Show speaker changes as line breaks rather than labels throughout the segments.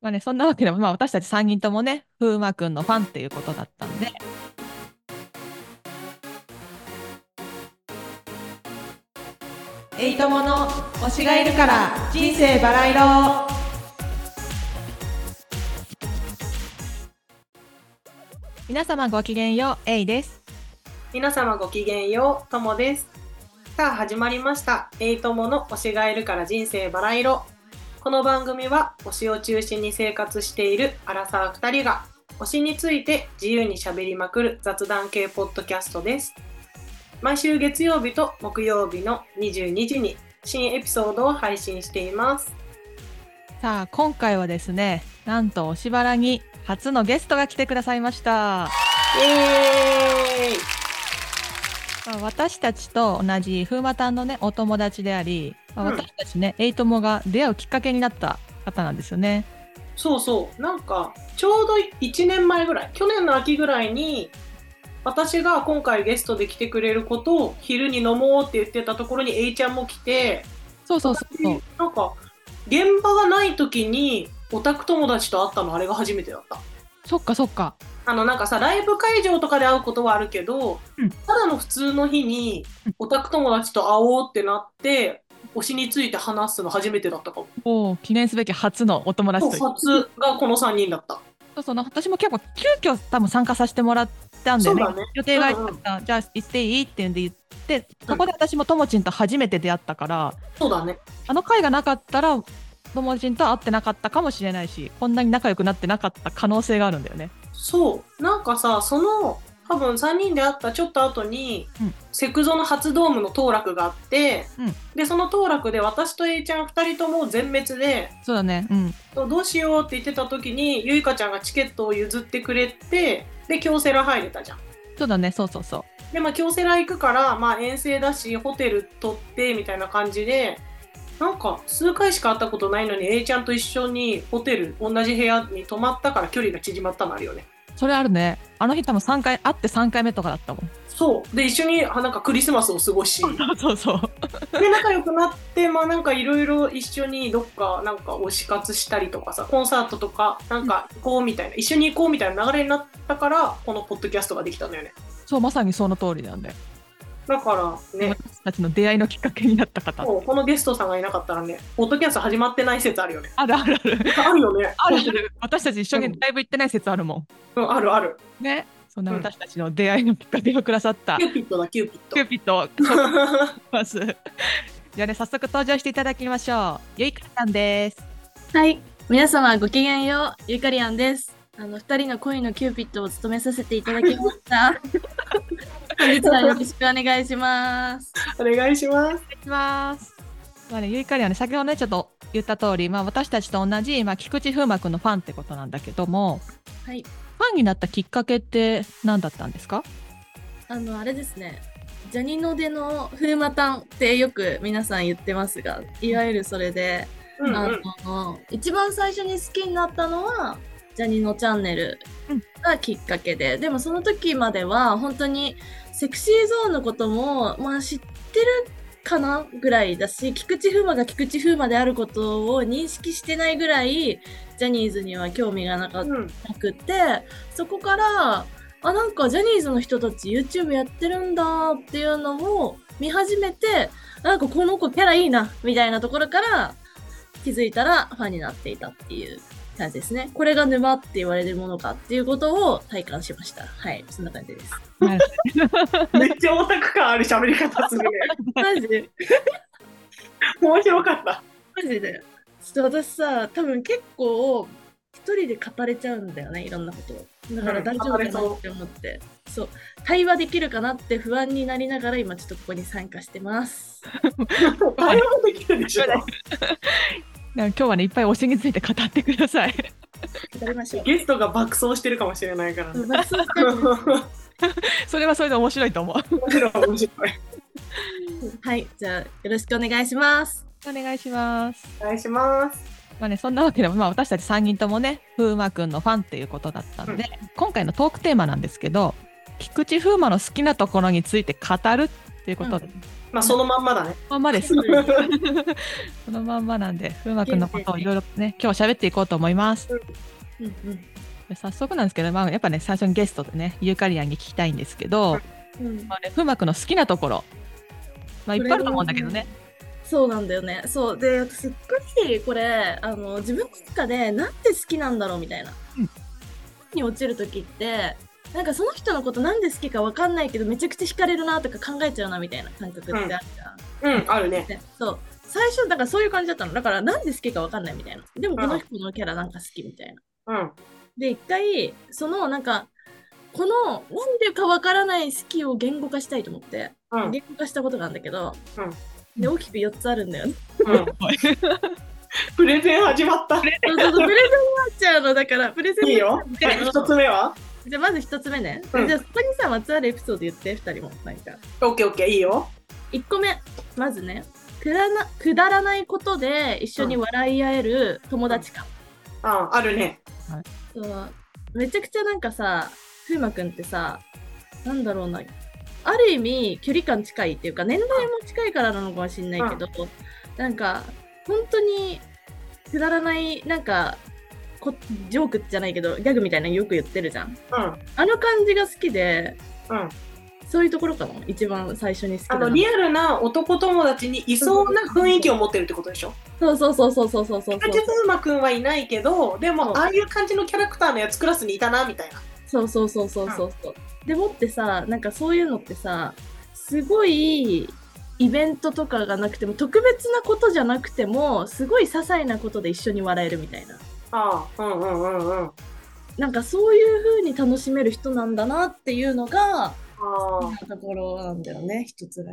まあね、そんなわけでも、まあ、私たち3人ともね、風磨くんのファンっていうことだったんで、
エイトモの推しがいるから人生バラ色
皆様ごきげんよう、エイです。
皆様ごきげんようともですさあ始まりましたエイトモの推しがいるから人生バラ色この番組は推しを中心に生活しているアラサー2人が推しについて自由にしゃべりまくる雑談系ポッドキャストです毎週月曜日と木曜日の22時に新エピソードを配信しています
さあ、今回はですね、なんとおしばらに初のゲストが来てくださいました。
イエーイ
まあ私たちと同じ風磨たんのね、お友達であり、まあ
うん
私たちね、エイトモが出会うきっかけになった方なんですよね。
そうそうなんかちょうど1年前ぐらい去年の秋ぐらいに私が今回ゲストで来てくれることを昼に飲もうって言ってたところに A ちゃんも来て
そうそうそうそう。
なんか現場がない時にオタク友達と会ったのあれが初めてだった
そっかそっか。
あのなんかさライブ会場とかで会うことはあるけど、
うん
ただの普通の日に
うん
オタク友達と会おうってなって推しについて話すの初めてだったかも
おー記念すべき初のお友達という
初がこの3人だった
そうそうな私も結構急遽多分参加させてもらったんでね
そうだね
予定があった、じゃあ行っていいって言うんで言ってそこで私もともちんと初めて出会ったから、
そうだね
あの会がなかったらともちんとは会ってなかったかもしれないしこんなに仲良くなってなかった可能性があるんだよね。
そうなんかさその多分3人で会ったちょっと後に、
うん
セクゾの初ドームの当落があって、
うん
でその当落で私と A ちゃん2人とも全滅で
そうだね、うん、
どうしようって言ってた時にゆいかちゃんがチケットを譲ってくれてで京セラ入れたじゃん。
そうだねそうそうそう。
でまあ京セラ行くから、まあ、遠征だしホテル取ってみたいな感じでなんか数回しか会ったことないのに A ちゃんと一緒にホテル同じ部屋に泊まったから距離が縮まったのあるよね。
それあるねあの日多分3回会って3回目とかだったもん。
そうで一緒にあなんかクリスマスを過ごしで
そうそう
仲良くなってまあなんかいろいろ一緒にどっかなんか推し活したりとかさコンサートとかなんか行こうみたいな、一緒に行こうみたいな流れになったからこのポッドキャストができたんだよね
そうまさにその通りなんで、
だからね
私たちの出会いのきっかけになった方
もうこのゲストさんがいなかったらねポッドキャスト始まってない説あるよね
あるあるある
あるよね
あるある私たち一緒にライブ行ってない説あるもん。
うんあるある
ね、そんな
うん
私たちの出会いのきっかけをくださった、
キューピッドだキューピッド
キューピットを紹介し ます。じゃあね、早速登場していただきましょう。ゆいかさんです。
はい、皆様ごきげんよう、ゆかりあんです。あの二人の恋のキューピッドを務めさせていただきました。本日はよろしくお願いします。
お願いします
お願いします。まあね、ゆいかりはね、先ほどね、ちょっと言った通り、まあ、私たちと同じ、まあ、菊池風磨くんのファンってことなんだけども。
はい
ファンになったきっかけって、何だったんですか。
あのあれですね、ジャニノデの風魔タンってよく皆さん言ってますが、いわゆるそれで、
うんう
あ
ん
の一番最初に好きになったのはジャニのチャンネルがきっかけで、でもその時までは本当にセクシーゾーンのことも、まあ、知ってるかなぐらいだし菊池風磨が菊池風磨であることを認識してないぐらいジャニーズには興味がなかっ
うん
なくてそこからあなんかジャニーズの人たち YouTube やってるんだっていうのを見始めてなんかこの子キャラいいなみたいなところから気づいたらファンになっていたっていう感じですねこれが沼って言われるものかっていうことを体感しましたはいそんな感じです
めっちゃオタク感ある喋り方するね
マジで
面白かった
マジでちょっと私さ多分結構一人で語れちゃうんだよねいろんなことをだから大丈夫かなって思って、そう対話できるかなって不安になりながら今ちょっとここに参加してます
誰もできるでしょ
なんか今日はね、いっぱい推しについて語ってくださ い。
語りま しょう
ゲストが爆走してるかもしれないからね。
うんそう
それはそれで面白いと思う。
面白い面白い。
はいじゃあよろしくお願いします
お願いします。
お願いします。
まあね、そんなわけでも、まあ、私たち3人ともね風磨くんのファンっていうことだったんで、今回のトークテーマなんですけど菊池風磨の好きなところについて語るっていうことで、
まあそのまんまだ ね。
そのまんまです。
うん
そのまんまなんで、風磨くんのことをいろいろね、今日喋っていこうと思います。
うんうん
で早速なんですけど、まあ、やっぱね、最初にゲストでね、ユーカリアンに聞きたいんですけど、
うん
まあね、風磨くんの好きなところ、まあ、いっぱいあると思うんだけどね。
そうなんだよね。そう。で、私すっごいこれ、あの、自分の中でなんて好きなんだろうみたいな。
うん
に落ちる時って、なんかその人のことなんで好きかわかんないけど、めちゃくちゃ惹かれるなとか考えちゃうなみたいな感覚ってあるじゃ
う
ん。
ん、あるね。
ねそう。最初、だからそういう感じだったの。だからなんで好きかわかんないみたいな。でもこの人のキャラなんか好きみたいな。
うん。
で、一回、そのなんか、このなんでかわからない好きを言語化したいと思って、
うん。うん。
言語化したことがあるんだけど、
うん
で、大きく4つあるんだよね。
プレゼン始まった。
そうそうそうプレゼンになっちゃうのだからプレゼン
い
に
いよ。
じゃあ
一つ目は
じゃあまず一つ目ね、
うん
じゃあそこにさまつわるエピソード言って二人もなんか
オッケーオッケー、いいよ。
一個目まずねくだなくだらないことで一緒に笑い合える友達感、
うん、あるね。
そうめちゃくちゃなんかさ風磨くんってさなんだろうなある意味距離感近いっていうか年代も近いからなのかもしれないけど、なんか本当にくだらないなんかこジョークじゃないけどギャグみたいなのよく言ってるじゃん
うん。
あの感じが好きで、
うん。
そういうところかな、一番最初に好き
あ
な
の、リアルな男友達にいそうな雰囲気を持ってるってことでしょ
そうそうそうそうそうそうそう
菊池風磨くんはいないけど、で
そう
も、ああいう感じのキャラクターのやつクラスにいたな、みたいな。
そうそうそうそうそうそう。でもってさ、なんかそういうのってさ、すごいイベントとかがなくても、特別なことじゃなくても、すごい些細なことで一緒に笑えるみたいな。
ああ、うんうんうんうん。あ
なんかそういう風に楽しめる人なんだなっていうのが、
あ、
ところなんだよね、一つが。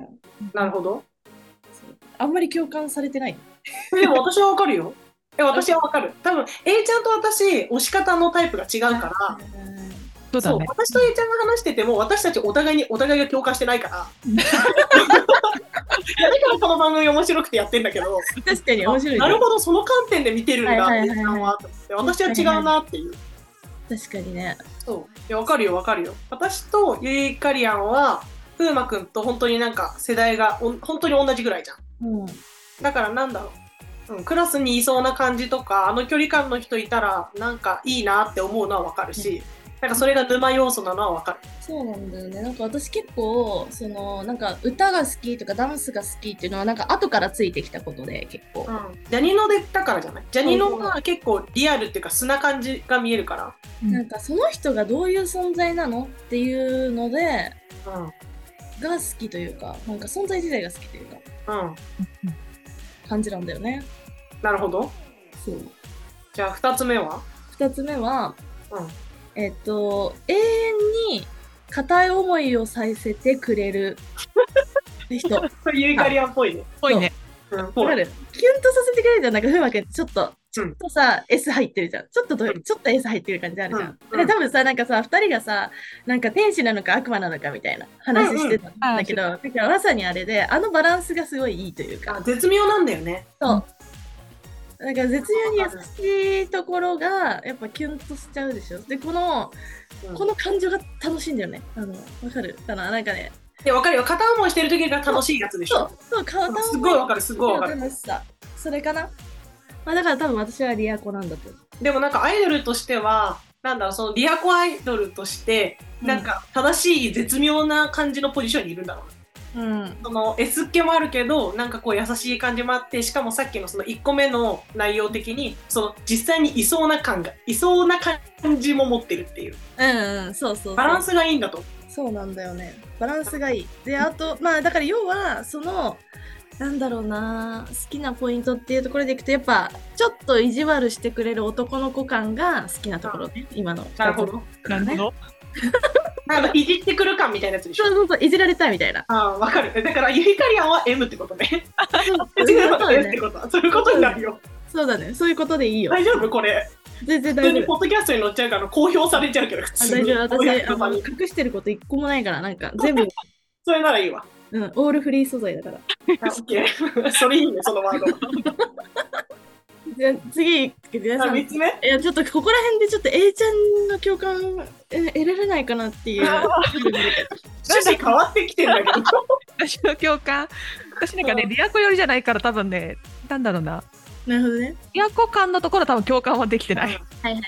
なるほど。
あんまり共感されてない。
えでも私はわかるよ。え、私はわかる。多分、A ちゃんと私、押し方のタイプが違うから、
そうだ
そう
ね。
私と A ちゃんが話してても、私たちお互いにお互いが共感してない から。いやだからこの番組面白くてやってんだけど、
確かに面白いね。
なるほど、その観点で見てるんだ、
はいはいはい
A ちゃんはと思って。私は違うなっていう。
確かにね。
そう。いや、わかるよ、わかるよ。私とゆいかりやんは、ふうまくんと本当になんか世代がおん本当に同じぐらいじゃん。
うん。
だからなんだろう。うん、クラスにいそうな感じとか、あの距離感の人いたら、なんかいいなって思うのはわかるし、なんかそれが沼要素なのはわかる。
そうなんだよね。なんか私結構、その、なんか歌が好きとかダンスが好きっていうのは、なんか後からついてきたことで結構。
うん。ジャニノでだからじゃないジャニノが結構リアルっていうか素な感じが見えるか
なんかその人がどういう存在なのっていうので、
ら。うん。
が好きというか、なんか存在自体が好きというか、
うん。
感じなんだよね。
なるほど。
そう。
じゃあ二つ目は
二つ目は、
うん
えっと、永遠に固い思いをさせてくれる人。わ
それゆいかりやんっぽいね。
ぽいね。
うん、ぽ
か
い。
るキュンとさせてくれるじゃん。なんか、ふうまくん、ちょっとちょっとさ S 入ってるじゃんちょっとど
うん
ちょっと S 入ってる感じあるじゃん、
うんうん
で多分さなんかさ2人がさなんか天使なのか悪魔なのかみたいな話してたんだけど、だからまさにあれであのバランスがすごいいいという
あ
か
絶妙なんだよね。
そうなんか絶妙に優しいところがやっぱキュンとしちゃうでしょでこの
うん
この感情が楽しいんだよねあのわかるかななんかね
いや、わかるよ。片思いしてる時が楽しいやつでし
そ
ょ
う。そう顔
うんすごいわかる、すごいわかる。
楽しさそれかなまあだから多分私はリアコなんだと思う
でもなんかアイドルとしては、なんだろう、そのリアコアイドルとして、なんか正しい絶妙な感じのポジションにいるんだろうね。
うん
その S っ気もあるけど、なんかこう優しい感じもあって、しかもさっきのその1個目の内容的に、その実際にいそうな感が、いそうな感じも持ってるっていう。
うんうんそうそうそう
バランスがいいんだと。
そうなんだよねバランスがいいであとまあだから要はそのなんだろうな好きなポイントっていうところでいくとやっぱちょっと意地悪してくれる男の子感が好きなところね今の
なるほど。
なるほど。
なんかいじってくる感みたいなやつでしょ
そ。うそうそういじられたいみたいな
ああ、わかる。だから、ゆいかりやんは M ってことね。
そう
違う
だ
M って
ね
こと。そういうことになるよ。
そうだねそういうことでいいよ
大丈夫これ。
全然
普通
大丈
に
夫
ポッドキャストに載っちゃうから公表されちゃうけど普
あ
通
大
に
丈夫私あの
に
隠してること一個もないからなんか全部、
それならいいわ
うん、オールフリー素材だか ら
あオッケーそれいいねそのワード
じゃあ次、皆さ
あ
ん。
三
い
つ目
や、ちょっとここら辺でちょっと A ちゃんの共感え得られないかなって いう。
趣旨変わってきてんだけど
私の共感私なんかね
うん
リアコ寄りじゃないから多分ねなんだろうな
なるほどね。
リアコ感のところ多分共感はできてない
はいはい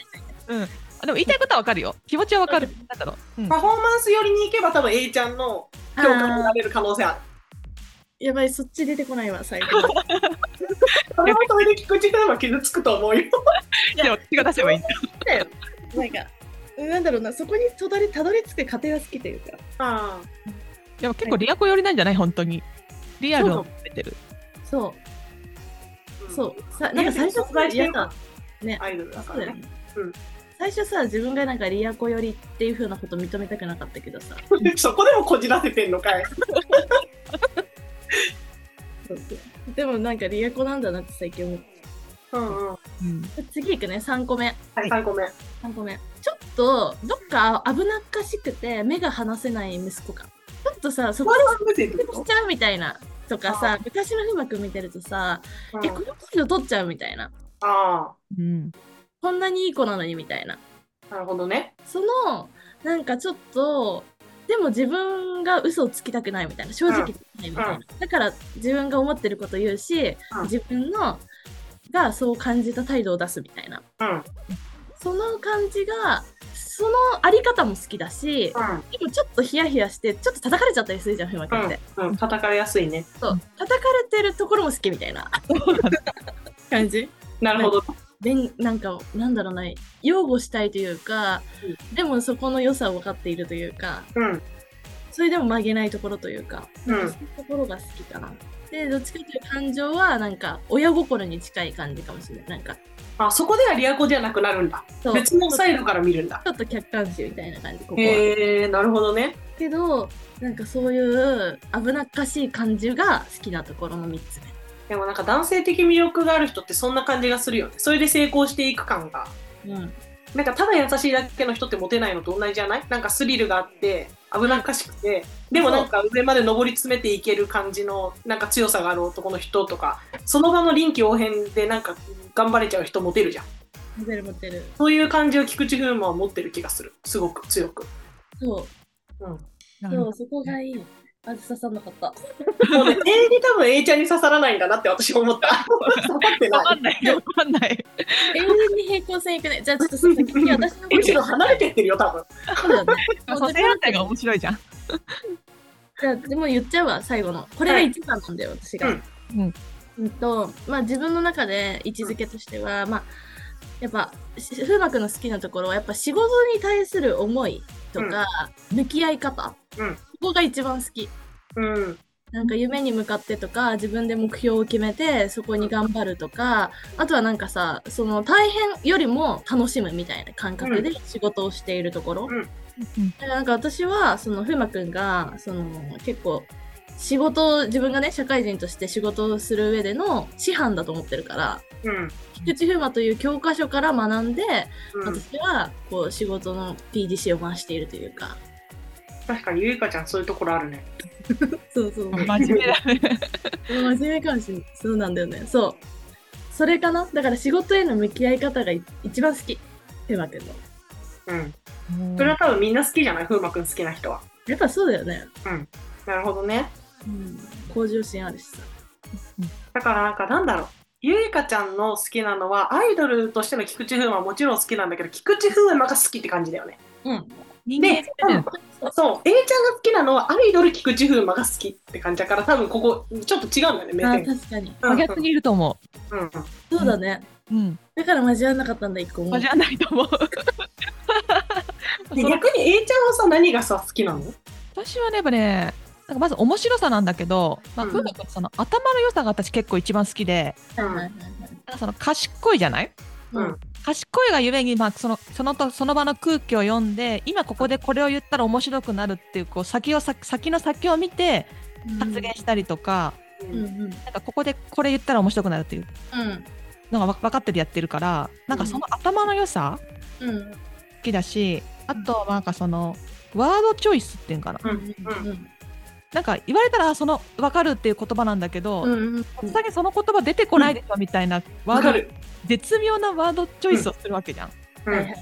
あでも言いたいことはわかるよ気持ちはわかるなんだろう、うん
パフォーマンス寄りに行けば多分 A ちゃんの共感が得
あ
られる可能性あ る
ーやばい、そっち出てこないわ、最後。
それもそれで菊池風磨傷つくと思うよ
でも手が出せばいいんだ
なんか、なんだろうな、そこにたどりたどり着く過程が好きというか。
ああ
でも結構リアコ寄りなんじゃない本当にリアルを出てる
そう。
うん
そう。さなんか最初
存在して
嫌
るか
だ。
らアイドルだか
そうだ
ら
よ
ね
ね
うん。
最初さ、自分がなんかリアコ寄りっていう風なこと認めたくなかったけどさ。
そこでもこじらせてんのかい
そうそうでもなんかリアコなんだなって最近思っ
うんうんは
うん
た。次いくね、3個目。
い3個目
3個目。ちょっと、どっか危なっかしくて目が離せない息子か。ちょっとさ、そこで
目線って
捨てちゃうみたいな。とかさ、昔の風磨くん見てるとさ、え、この子を取っちゃうみたいな。
あ
うん
こんなにいい子なのにみたいな。
あなるほどね
そのなんかちょっとでも自分が嘘をつきたくないみたいな正直じゃないみたいな、
うん
だから自分が思ってること言うし、
うん
自分のがそう感じた態度を出すみたいな
うんうん
その感じがそのあり方も好きだし、でもちょっとヒヤヒヤしてちょっと叩かれちゃったりするじゃんふまくんって、
うんうん叩かれやすいね
そう叩かれてるところも好きみたいな感じ
なるほど
でなんかなんだろうな擁護したいというか、でもそこの良さを分かっているというか
うん
それでも曲げないところというか、
うん
なんかそういうところが好きかな。で、どっちかというと感情は、なんか、親心に近い感じかもしれない。なんか、
あそこではリアコじゃなくなるんだ
そう
別のサイドから見るんだ
ちょっと客観視みたいな感じ、ここは。
へえなるほどね
けど、なんかそういう危なっかしい感じが好きなところの3つ
でもなんか男性的魅力がある人ってそんな感じがするよねそれで成功していく感が
目。うん。
なんかただ優しいだけの人ってモテないのと同じじゃないなんかスリルがあって危なっかしくてでもなんか上まで上り詰めていける感じのなんか強さがある男の人とかその場の臨機応変でなんか頑張れちゃう人モテるじゃん
モテるモテる。
そういう感じを菊池風磨は持ってる気がするすごく強く、
そう、
うん、も
なる
そ
ほ
う、そこがいい。あずささんなかった。
うね A に多分 A ちゃんに刺さらないんだなって私は思った刺さって
どわ
な
か
い
んないわかんない
永遠に平行線いくね。じゃあちょっとさ次私の
むしろ離れ
て
てってるよ多分
そうだよね。
そう正反対が面白いじゃん
じゃあでも言っちゃうわ最後のこれが一番なんだよ、私が、
うん
うん
うんとまあ自分の中で位置づけとしては、まあやっぱし風磨君の好きなところはやっぱ仕事に対する思いとか、向き合い方、
うん
ここが一番好き
うん
なんか夢に向かってとか自分で目標を決めてそこに頑張るとかあとはなんかさその大変よりも楽しむみたいな感覚で仕事をしているところ、でなんか私はその風磨くんがその結構仕事を自分がね社会人として仕事をする上での師範だと思ってるから
うん
菊池風磨という教科書から学んで、
うん、
私はこう仕事の PDC を回しているというか
確かにゆいかちゃんそういうところあるね
そうそう
真面目だね
真面目かもしれないそうなんだよねそうそれかなだから仕事への向き合い方がい一番好き風磨くんの
うん
うん
それは多分みんな好きじゃない風磨くん好きな人は
やっぱそうだよね、
なるほどね
うん、向上心あるしさ
だからなんかなんだろうゆいかちゃんの好きなのはアイドルとしての菊池風磨はもちろん好きなんだけど菊池風磨が好きって感じだよね
うん
人間
で
性
多分そう A ちゃんが好きなのはアイドル菊池風磨が好きって感じだから多分ここちょっと違うんだよね目
あ
線
ー確かに
うん
真
うん
逆にいると思
うんうん
そうだね、
ううん
だから交わんなかったんだ、一個も。
真じゃないと思う
で
その
逆に A ちゃんはさ何がさ好きなの
私はねやっぱねなんかまず面白さなんだけど、まあ、
うん
風磨君のその頭の良さが私結構一番好きで
はいはいは
な
い
んかその賢いじゃない
うん
はい
賢いがゆえに、まあ、そのそのとその場の空気を読んで今ここでこれを言ったら面白くなるっていうこう先を先先の先を見て
うん
発言したりとか,、
う
うん
ん
うん。
なんかここでこれ言ったら面白くなるっていうのがわ分かっててやってるからなんかその頭の良さ
うん。うん。
好きだしあとはなんかそのワードチョイスっていうのかな、
うん
うん。
なんか言われたらその分かるっていう言葉なんだけど、
うん。うん。
さっきその言葉出てこないでしょみたいなワ
わ
ード
か
を
る
絶妙なワードチョイスをするわけじゃん。
う
はいは
ん、
い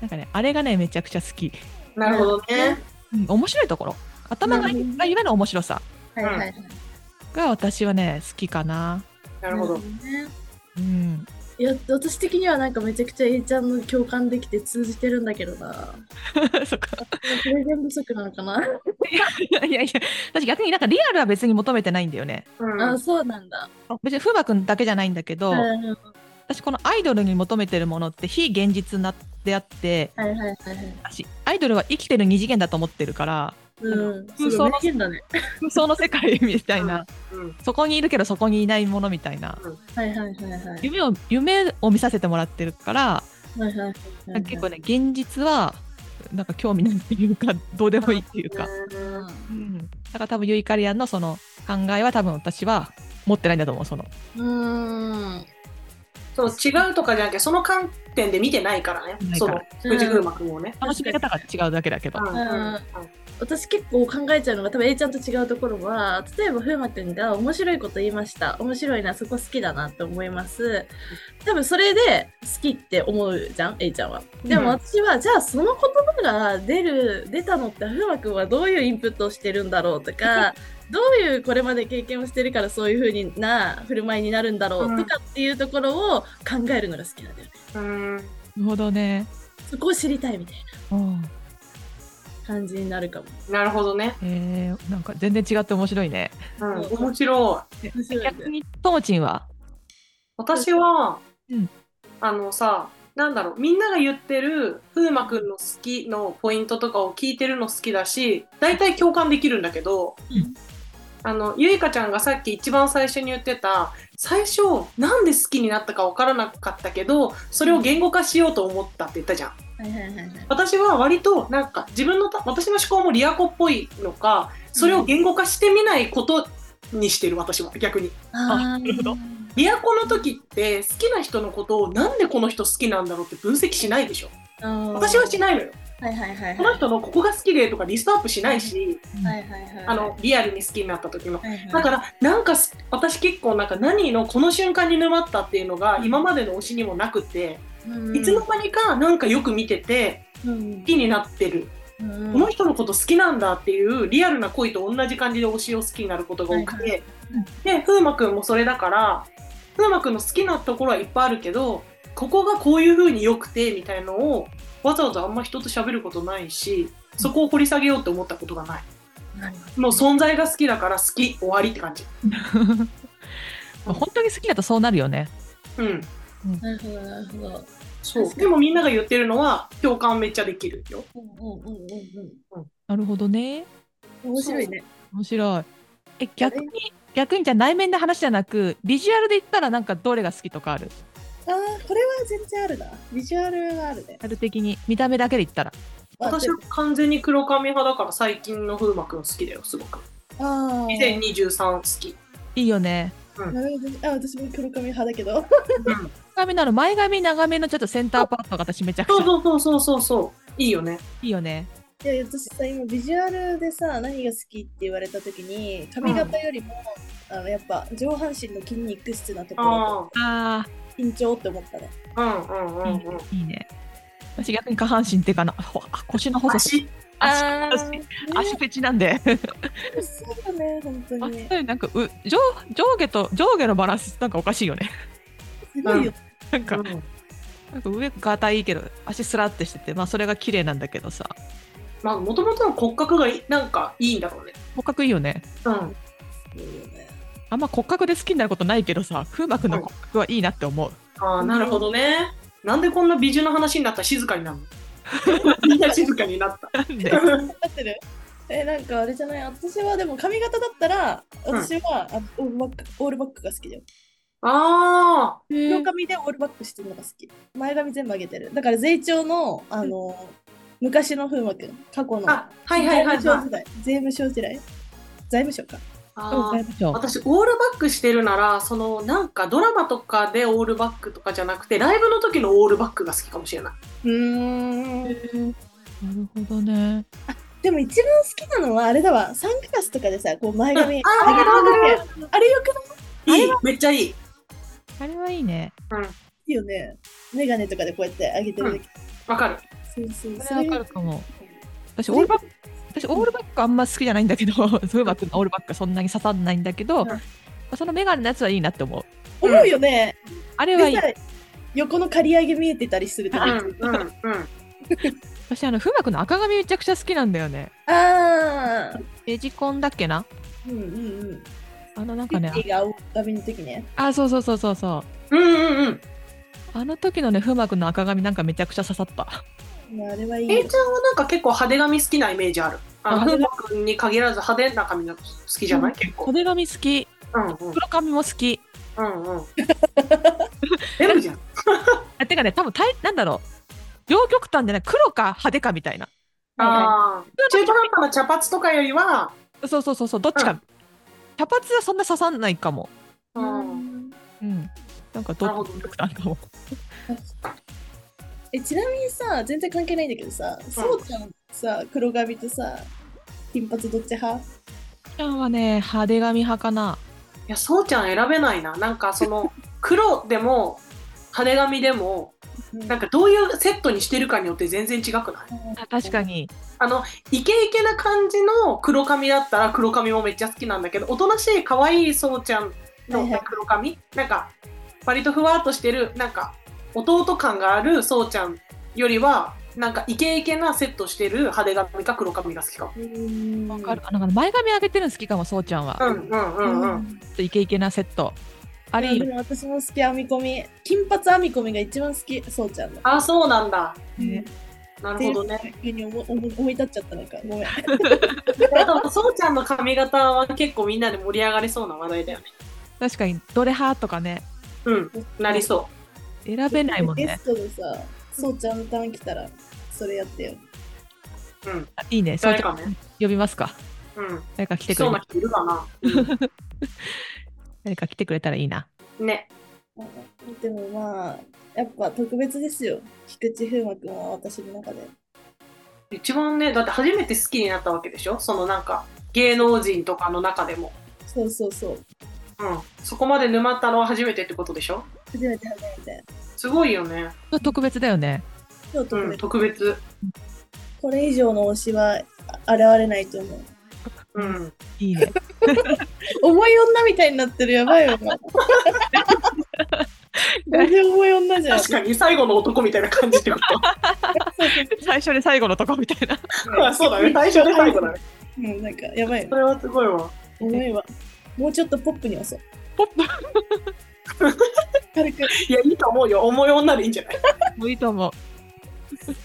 なんかね、あれがね、めちゃくちゃ好き。
なるほどね。
うん、面白いところ。頭がいいがゆえの面白さ
はいはいはい。
が私はね、好きかな。
なるほど。
ね
うん。
いや私的にはなんかめちゃくちゃ A ちゃんの共感できて通じてるんだけどな。
そっか。
プレゼン不足なのかな、
いやいや、私逆になんかリアルは別に求めてないんだよね。
うん、
あそうなんだ。
別に風磨くんだけじゃないんだけど、
はいはい
私このアイドルに求めてるものって非現実なであって、
はいはいはい。
私アイドルは生きてる二次元だと思ってる から、
うん。
うん
すごい名言だね。
空想の世界みたいな、
うん、
そこにいるけどそこにいないものみたいな。
はいはいはいはい。
夢を夢を見させてもらってるから、
はいはいはいはい。
結構ね現実はなんか興味ないっていうかどうでもいいっていうか、
うん。
うん、だから多分ユイカリアンのその考えは多分私は持ってないんだと思うその
うん。
そう違うとかじゃなくてその観点で見てないからね
ないから
その藤風磨君をね、
楽しみ方が違うだけだけど
う、んうんうん
私結構考えちゃうのが多分 A ちゃんと違うところは例えば風磨くんが面白いこと言いました面白いなそこ好きだなって思います多分それで好きって思うじゃん A ちゃんはで
うん
も私は、じゃあその言葉が出る出たのって風磨くんはどういうインプットをしてるんだろうと かどういうこれまで経験をしてるからそういう風にな振る舞いになるんだろ
うん
うとかっていうところを考えるのが好きなんだよね
うん
なるほどね、
そこを知りたいみたい
うん
な感じになるかも
なるほどね、
えー、なんか全然違って面白いね
うん、
そう
面白い
面白いね
逆にともちん は
私は、
うん
あのさなんだろうみんなが言ってる風磨君の好きのポイントとかを聞いてるの好きだし大体共感できるんだけど、
うん
あのゆいかちゃんがさっき一番最初に言ってた最初なんで好きになったか分からなかったけどそれを言語化しようと思ったって言ったじゃん。
はいはいはいはい
私は割となんか自分のた私の思考もリアコっぽいのかそれを言語化してみないことにしてる私は逆に
な
あー
るほど
リアコの時って好きな人のことをなんでこの人好きなんだろうって分析しないでしょ私はし
ない。
ないのよ
はいはいはいはい。
この人のここが好きでとかリストアップしないし
はいはいはい。
あの、リアルに好きになった時の
はいはい、
だからなんかす私結構なんか何のこの瞬間に沼ったっていうのが今までの推しにもなくて
うん
いつの、間にかなんかよく見てて
うん
好きになってる
うん
この人のこと好きなんだっていうリアルな恋と同じ感じで推しを好きになることが多く
はい
て、で風磨くんもそれだから風磨くんの好きなところはいっぱいあるけどここがこういう風に良くてみたいのをわざわざあんま人と喋ることないしそこを掘り下げようって思ったことがない
なるほ
もう存在が好きだから好き終わりって感じ
本当に好きだとそうなるよね
うん
どなるほどなるほど。
そうでもみんなが言ってるのは共感めっちゃできるよ
うんうんうんうん
なるほどね
うん。面白いね。
面白いえ逆に逆にじゃあ内面の話じゃなくビジュアルで言ったらなんかどれが好きとかある
ああこれは全然あるな。ビジュアルはあるね
ビジュ。アル的に見た目だけで言ったら
私は完全に黒髪派だから最近の風磨くん好きだよすごく
ああ。
2023好き
いいよね
なるほど。あ私も黒髪派だけど。
髪なの前髪長めのちょっとセンターパートが私めちゃく
そう
ちゃ
そうそうそうそうそういいよね。
いいよね
いや私さ今ビジュアルでさ何が好きって言われた時に髪型よりも、あのやっぱ上半身の筋肉質なところ
あ
あ
緊張って思ったね。
あうんうんう
あ、
ん
いい
うん
ね。いいね私逆に下半身っていうかなほあ腰の細さ
足
あー
ね
足フェチなんで、
そうだね本当
あ
に。
そういうなんかう上上下と上下のバランスなんかおかしいよね
すごいよね
なんか、
うん
なんか上ガタいいけど足スラってしててまあそれが綺麗なんだけどさ
まあもともとの骨格がいなんかいいんだろうね。
骨格いいよね
うん
いいよね。
あんま骨格で好きになることないけどさ風磨君の骨格はいいなって思う、
ああなるほどね。なんでこんな美女の話になったら静かに なるの？みんな静かになった。
なんで
合ってるえ、なんかあれじゃない私はでも髪型だったら、
うん
私は、あのオールバックオールバックが好きだよ。
あ
黒髪でオールバックしてるのが好き。前髪全部上げてる。だから税調の、あの、昔の風磨くん、過去の。
ああはいはいはい
財務省
はい
時。代。税務省時代。財務省か。
あ
あ
ー私オールバックしてるならそのなんかドラマとかでオールバックとかじゃなくてライブの時のオールバックが好きかもしれないう
ーん。
なるほどね
でも一番好きなのはあれだわ。サングラスとかでさ、こう前髪上げ
あわかるわか
るだけ。あれよくない
いいめっちゃいい
あれはいいね
いいよね。メガネとかでこうやって上げてるだけ。
わかる。
そうそう。
それわかるかも。私
そ
オー
れ
ルバック、私オールバックあんま好きじゃないんだけど、 そういえばオールバックはそんなに刺さんないんだけど、
うん
そのメガネのやつはいいなって思う。
思うよね。
あれはい
で
い
さ。、横の刈り上げ見えてたりする
う
と
ん
ね。
うんうん。
私あの風磨の赤髪めちゃくちゃ好きなんだよね。
ああ。
エジコンだっけな？
うんうんうん。
あのなん
ピ
かね
ッ、チが青髪の時ね。
あそうそうそうそうそう。
うんうんうん。
あの時のね風磨君の赤髪なんかめちゃくちゃ刺さった。
いやあれはいい
え
よ
い。ちゃんはなんか結構派手髪好きなイメージある。あ
あ
の、ふうまくんに限らず派手な髪が好きじゃない結構。
袖髪好き、
うんうん。
黒髪も好き。
うんうん。全部じゃん。
あてかね多分たいなんだろう。両極端でね黒か派手かみたいな。
ああ。中途半端な茶髪とかよりは、
そうそうそうそうどっちか。茶髪はそんな刺さんないかも。
う。
うんん
うん。なんか
なる
ど
ほ
っ
ど
ち極端かも。
えちなみにさ、全然関係ないんだけどさ、そうちゃんさ、黒髪とさ、金髪どっち派
ちゃんはね派手髪派かな。
いや、そうちゃん選べないな。なんかその、 黒でも、派手髪でも、なんかどういうセットにしてるかによって全然違くない
確かに。
あの、イケイケな感じの黒髪だったら黒髪もめっちゃ好きなんだけど、おとなしい可愛いそうちゃんの
はいはい
黒髪、なんか、割とふわっとしてる、なんか、弟感があるそうちゃんよりは、なんかイケイケなセットしてる派手髪か黒髪が好きかも。
に。わ
わかる。あなんか前髪上げてるの好きかもそうちゃんは。
う
ちょ
んうんうんうん。
っとイケイケなセット。あ
あ
れいいよね
でも私も好き、編み込み。金髪編み込みが一番好き、そうちゃんの。
あ、そうなんだ。
ね
な
っ
る
てい
ほ
う
どね。
ふうに思思思い立っちゃったのか。ごめん。
あと、そうちゃんの髪型は結構みんなで盛り上がりそうな話題だよね。
確かにどれ派とかね
うん、なりそ
選べないもん
ゲ
ね
ストでさ、そうちゃんのターン来たら、それやってよ。
う。うん、
あいいねそう
誰
ちゃ
か
ん
ね。
呼びますか
うん、
誰か来て
来
く
そ
れ
うな人いるかな。
誰か来てくれたらいいな
うんね。
でもまあ、やっぱ特別ですよ。菊池風磨君は私の中で。
一番ね、だって初めて好きになったわけでしょそのなんか、芸能人とかの中でも。
そうそうそう。
うん。そこまで沼ったのは初めてってことでしょ
初めて初めて。
すごいよね。
特別だよね
今日特
う
別、
ん、特別。
これ以上の推しはあ現れないと思う。
うん。
いいね
重い女みたいになってるやばい よな。全然重い女じゃん。
確かに最後の男みたいな感じってこ
最初で最後のとこみたいな
とあそうだね。最初で最後だね。
うん、なんかやばい
そ。れはすごいわ。
重いわ。もうちょっとポップに押そう。
ポップ
軽く。
いや、いいと思うよ。重い女でいいんじゃない
もういいと思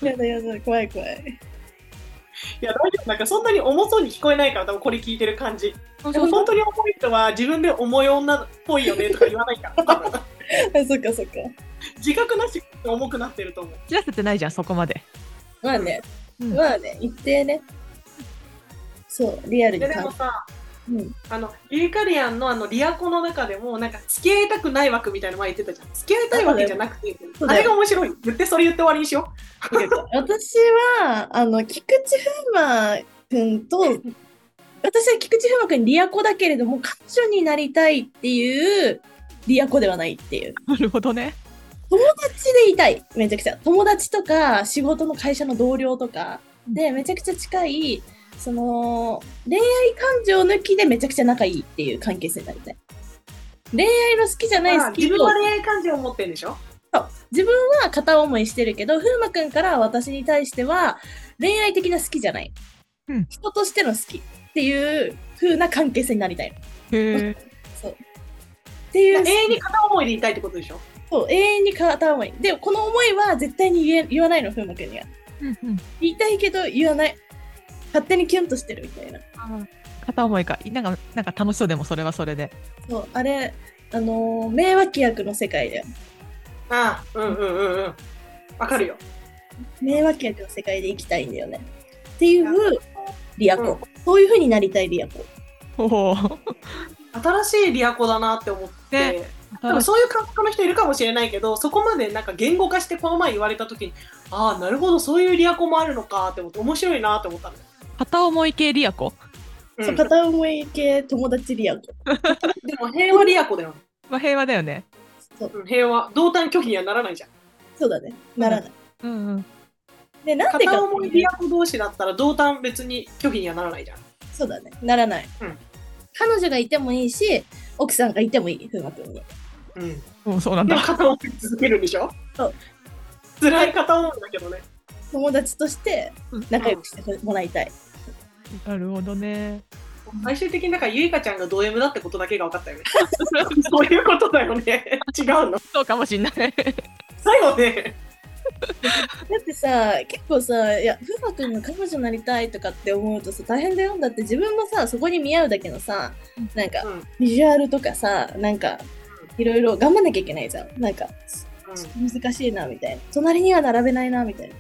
う
やだやだ、怖い怖い。
いや、大丈夫。なんかそんなに重そうに聞こえないから、多分これ聞いてる感じ。
そうそう
本当に重い人は自分で重い女っぽいよねとか言わないから。 多分
あそっかそっか。
自覚なしに重くなってると思う。
知らせてないじゃんそこまで、
まあね、
うん
まあね、一定ね。そう、リアル
い
に
やでも
感
さ、
じ。うん。
あの、ユイカリアンのあの、リアコの中でも、なんか、付き合いたくない枠みたいなの前言ってたじゃん。付き合いたいわけじゃなくて、
そう
あ
だよ
れが面白い。言って、それ言って終わりにしよ
私は、あの、菊池風磨君と、私は菊池風磨君リア子だけれども、彼女になりたいっていう、リア子ではないっていう。
なるほどね
友達でいたい、めちゃくちゃ。友達とか、仕事の会社の同僚とか、で、めちゃくちゃ近い、その、恋愛感情抜きでめちゃくちゃ仲いいっていう関係性になりたい。恋愛の好きじゃ
う。
ない
まあ
好き
自
と
分は恋愛感情を持ってるんでしょ
そう自分は片思いしてるけど風磨君から私に対しては恋愛的な好きじゃない、
うん
人としての好きっていう風な関係性になりたい
へえ
そうってい
永
う
遠に片思いでいたいってことでしょ
そう永遠に片思いでこの思いは絶対に言え言わないの風磨君には
うんうん
言いたいけど言わない勝手にキュンとしてるみたいな
片思いかなんかなんか楽しそうでもそれはそれで
そうあれあのー名脇役の世界だよ
ああ、うんうんうんうん。わかるよ。
名脇役の世界で生きたいんだよねっていうリアコ、そういう風になりたいリアコ
おお
新しいリアコだなって思って。多分そういう感覚の人いるかもしれないけど、そこまでなんか言語化してこの前言われた時に、ああ、なるほど、そういうリアコもあるのかって思って、面白いなって思ったんだよ。
片思い系リアコ、
う、
そうん
で
片思い系友達リアコ。
も平和リアコだよ。
まあ、平和だよね
うん平和同担拒否にはならないじゃん
そうだね。ならない。
うんうん
で、なんでか
片
っ
思い
てい
リ
う
ア子同士だったら同担別に拒否にはならないじゃん
そうだね。ならない。
うん
彼女がいてもいいし、奥さんがいてもいい、風磨君に。
うん
うん、そうなん
でも
だ。
片思い続けるんでしょ
そう
辛い片思いだけどね
友達として
うん
仲良くしてもらいたい。
なるほどね。
最終的にだからゆいかちゃんがド M だってことだけが分かったよね そういうことだよね違うの
そうかもしん ない。
最後ね
だってさ、結構さ、いや、風磨君が彼女になりたいとかって思うとさ、大変だよ。だって自分もさ、そこに見合うだけのさ
うん、
なんか、
うん
ビジュアルとかさ、なんか、いろいろ頑張んなきゃいけないじゃん。なんか、難しいな、みたいな。隣には並べないな、みたいな。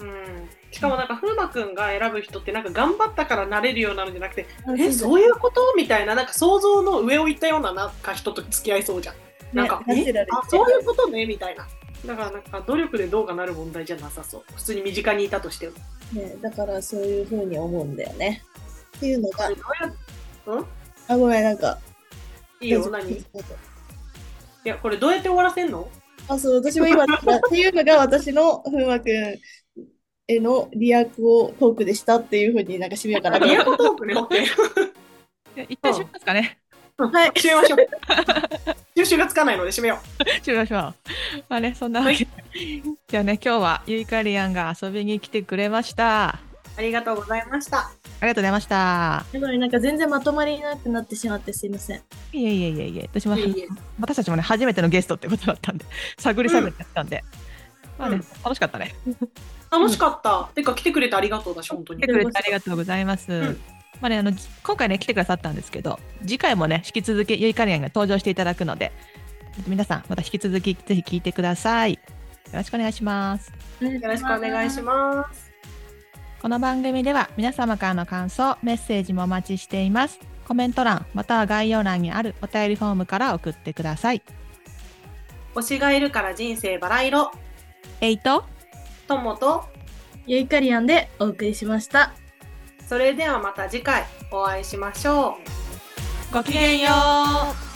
うん、うん、しかもなんか風磨くんが選ぶ人ってなんか頑張ったからなれるようなのじゃなくてえそういうことみたいななんか想像の上を行ったようななんか人と付き合いそうじゃんなんか、
ね
え
ナチュラル
あそういうことねみたいなだからなんか努力でどうかなる問題じゃなさそう普通に身近にいたとしても
ね、だからそういうふうに思うんだよね。っていうのが
どう、や
あ、ごめん、なんか。
いいよ何いやこれどうやって終わらせんの
あ、そう、私 も今、っていうのが私の風磨くんへのリアクをトークでしたっていうふうになんかしみようかな。
リアコトークね OK
いや一回閉めますかね。
はい。
締めましょう収集がつかないので締めよ
しましょう。まあね、そんなわけで。じゃあね、今日はゆいかりやんが遊びに来てくれました。あ
うありがとうございました
りがとうございました。
ごめん、なんか全然まとまりなくなってしまってすいません。
いえいえいえいえ、私も
いえいえ
私たちもね、初めてのゲストってことだったんで、探り探りだったんで。まあね
うん、
楽しかったね。
楽しかった、てか来てくれてありがとうだし本当
来
に
てくれてありがとうございます。
ん
まあね、あのじ今回ね来てくださったんですけど次回もね引き続きゆいかりやんが登場していただくので皆さんまた引き続きぜひ聞いてくださいよろしくお願いします
よ
よろしくお願いし
す。
ます
この番組では皆様からの感想メッセージもお待ちしていますコメント欄または概要欄にあるお便りフォームから送ってください
推しがいるから人生バラ色
えいと
ともと
ゆいかりやんでお送りしました。
それではまた次回お会いしましょう
ごきげんよう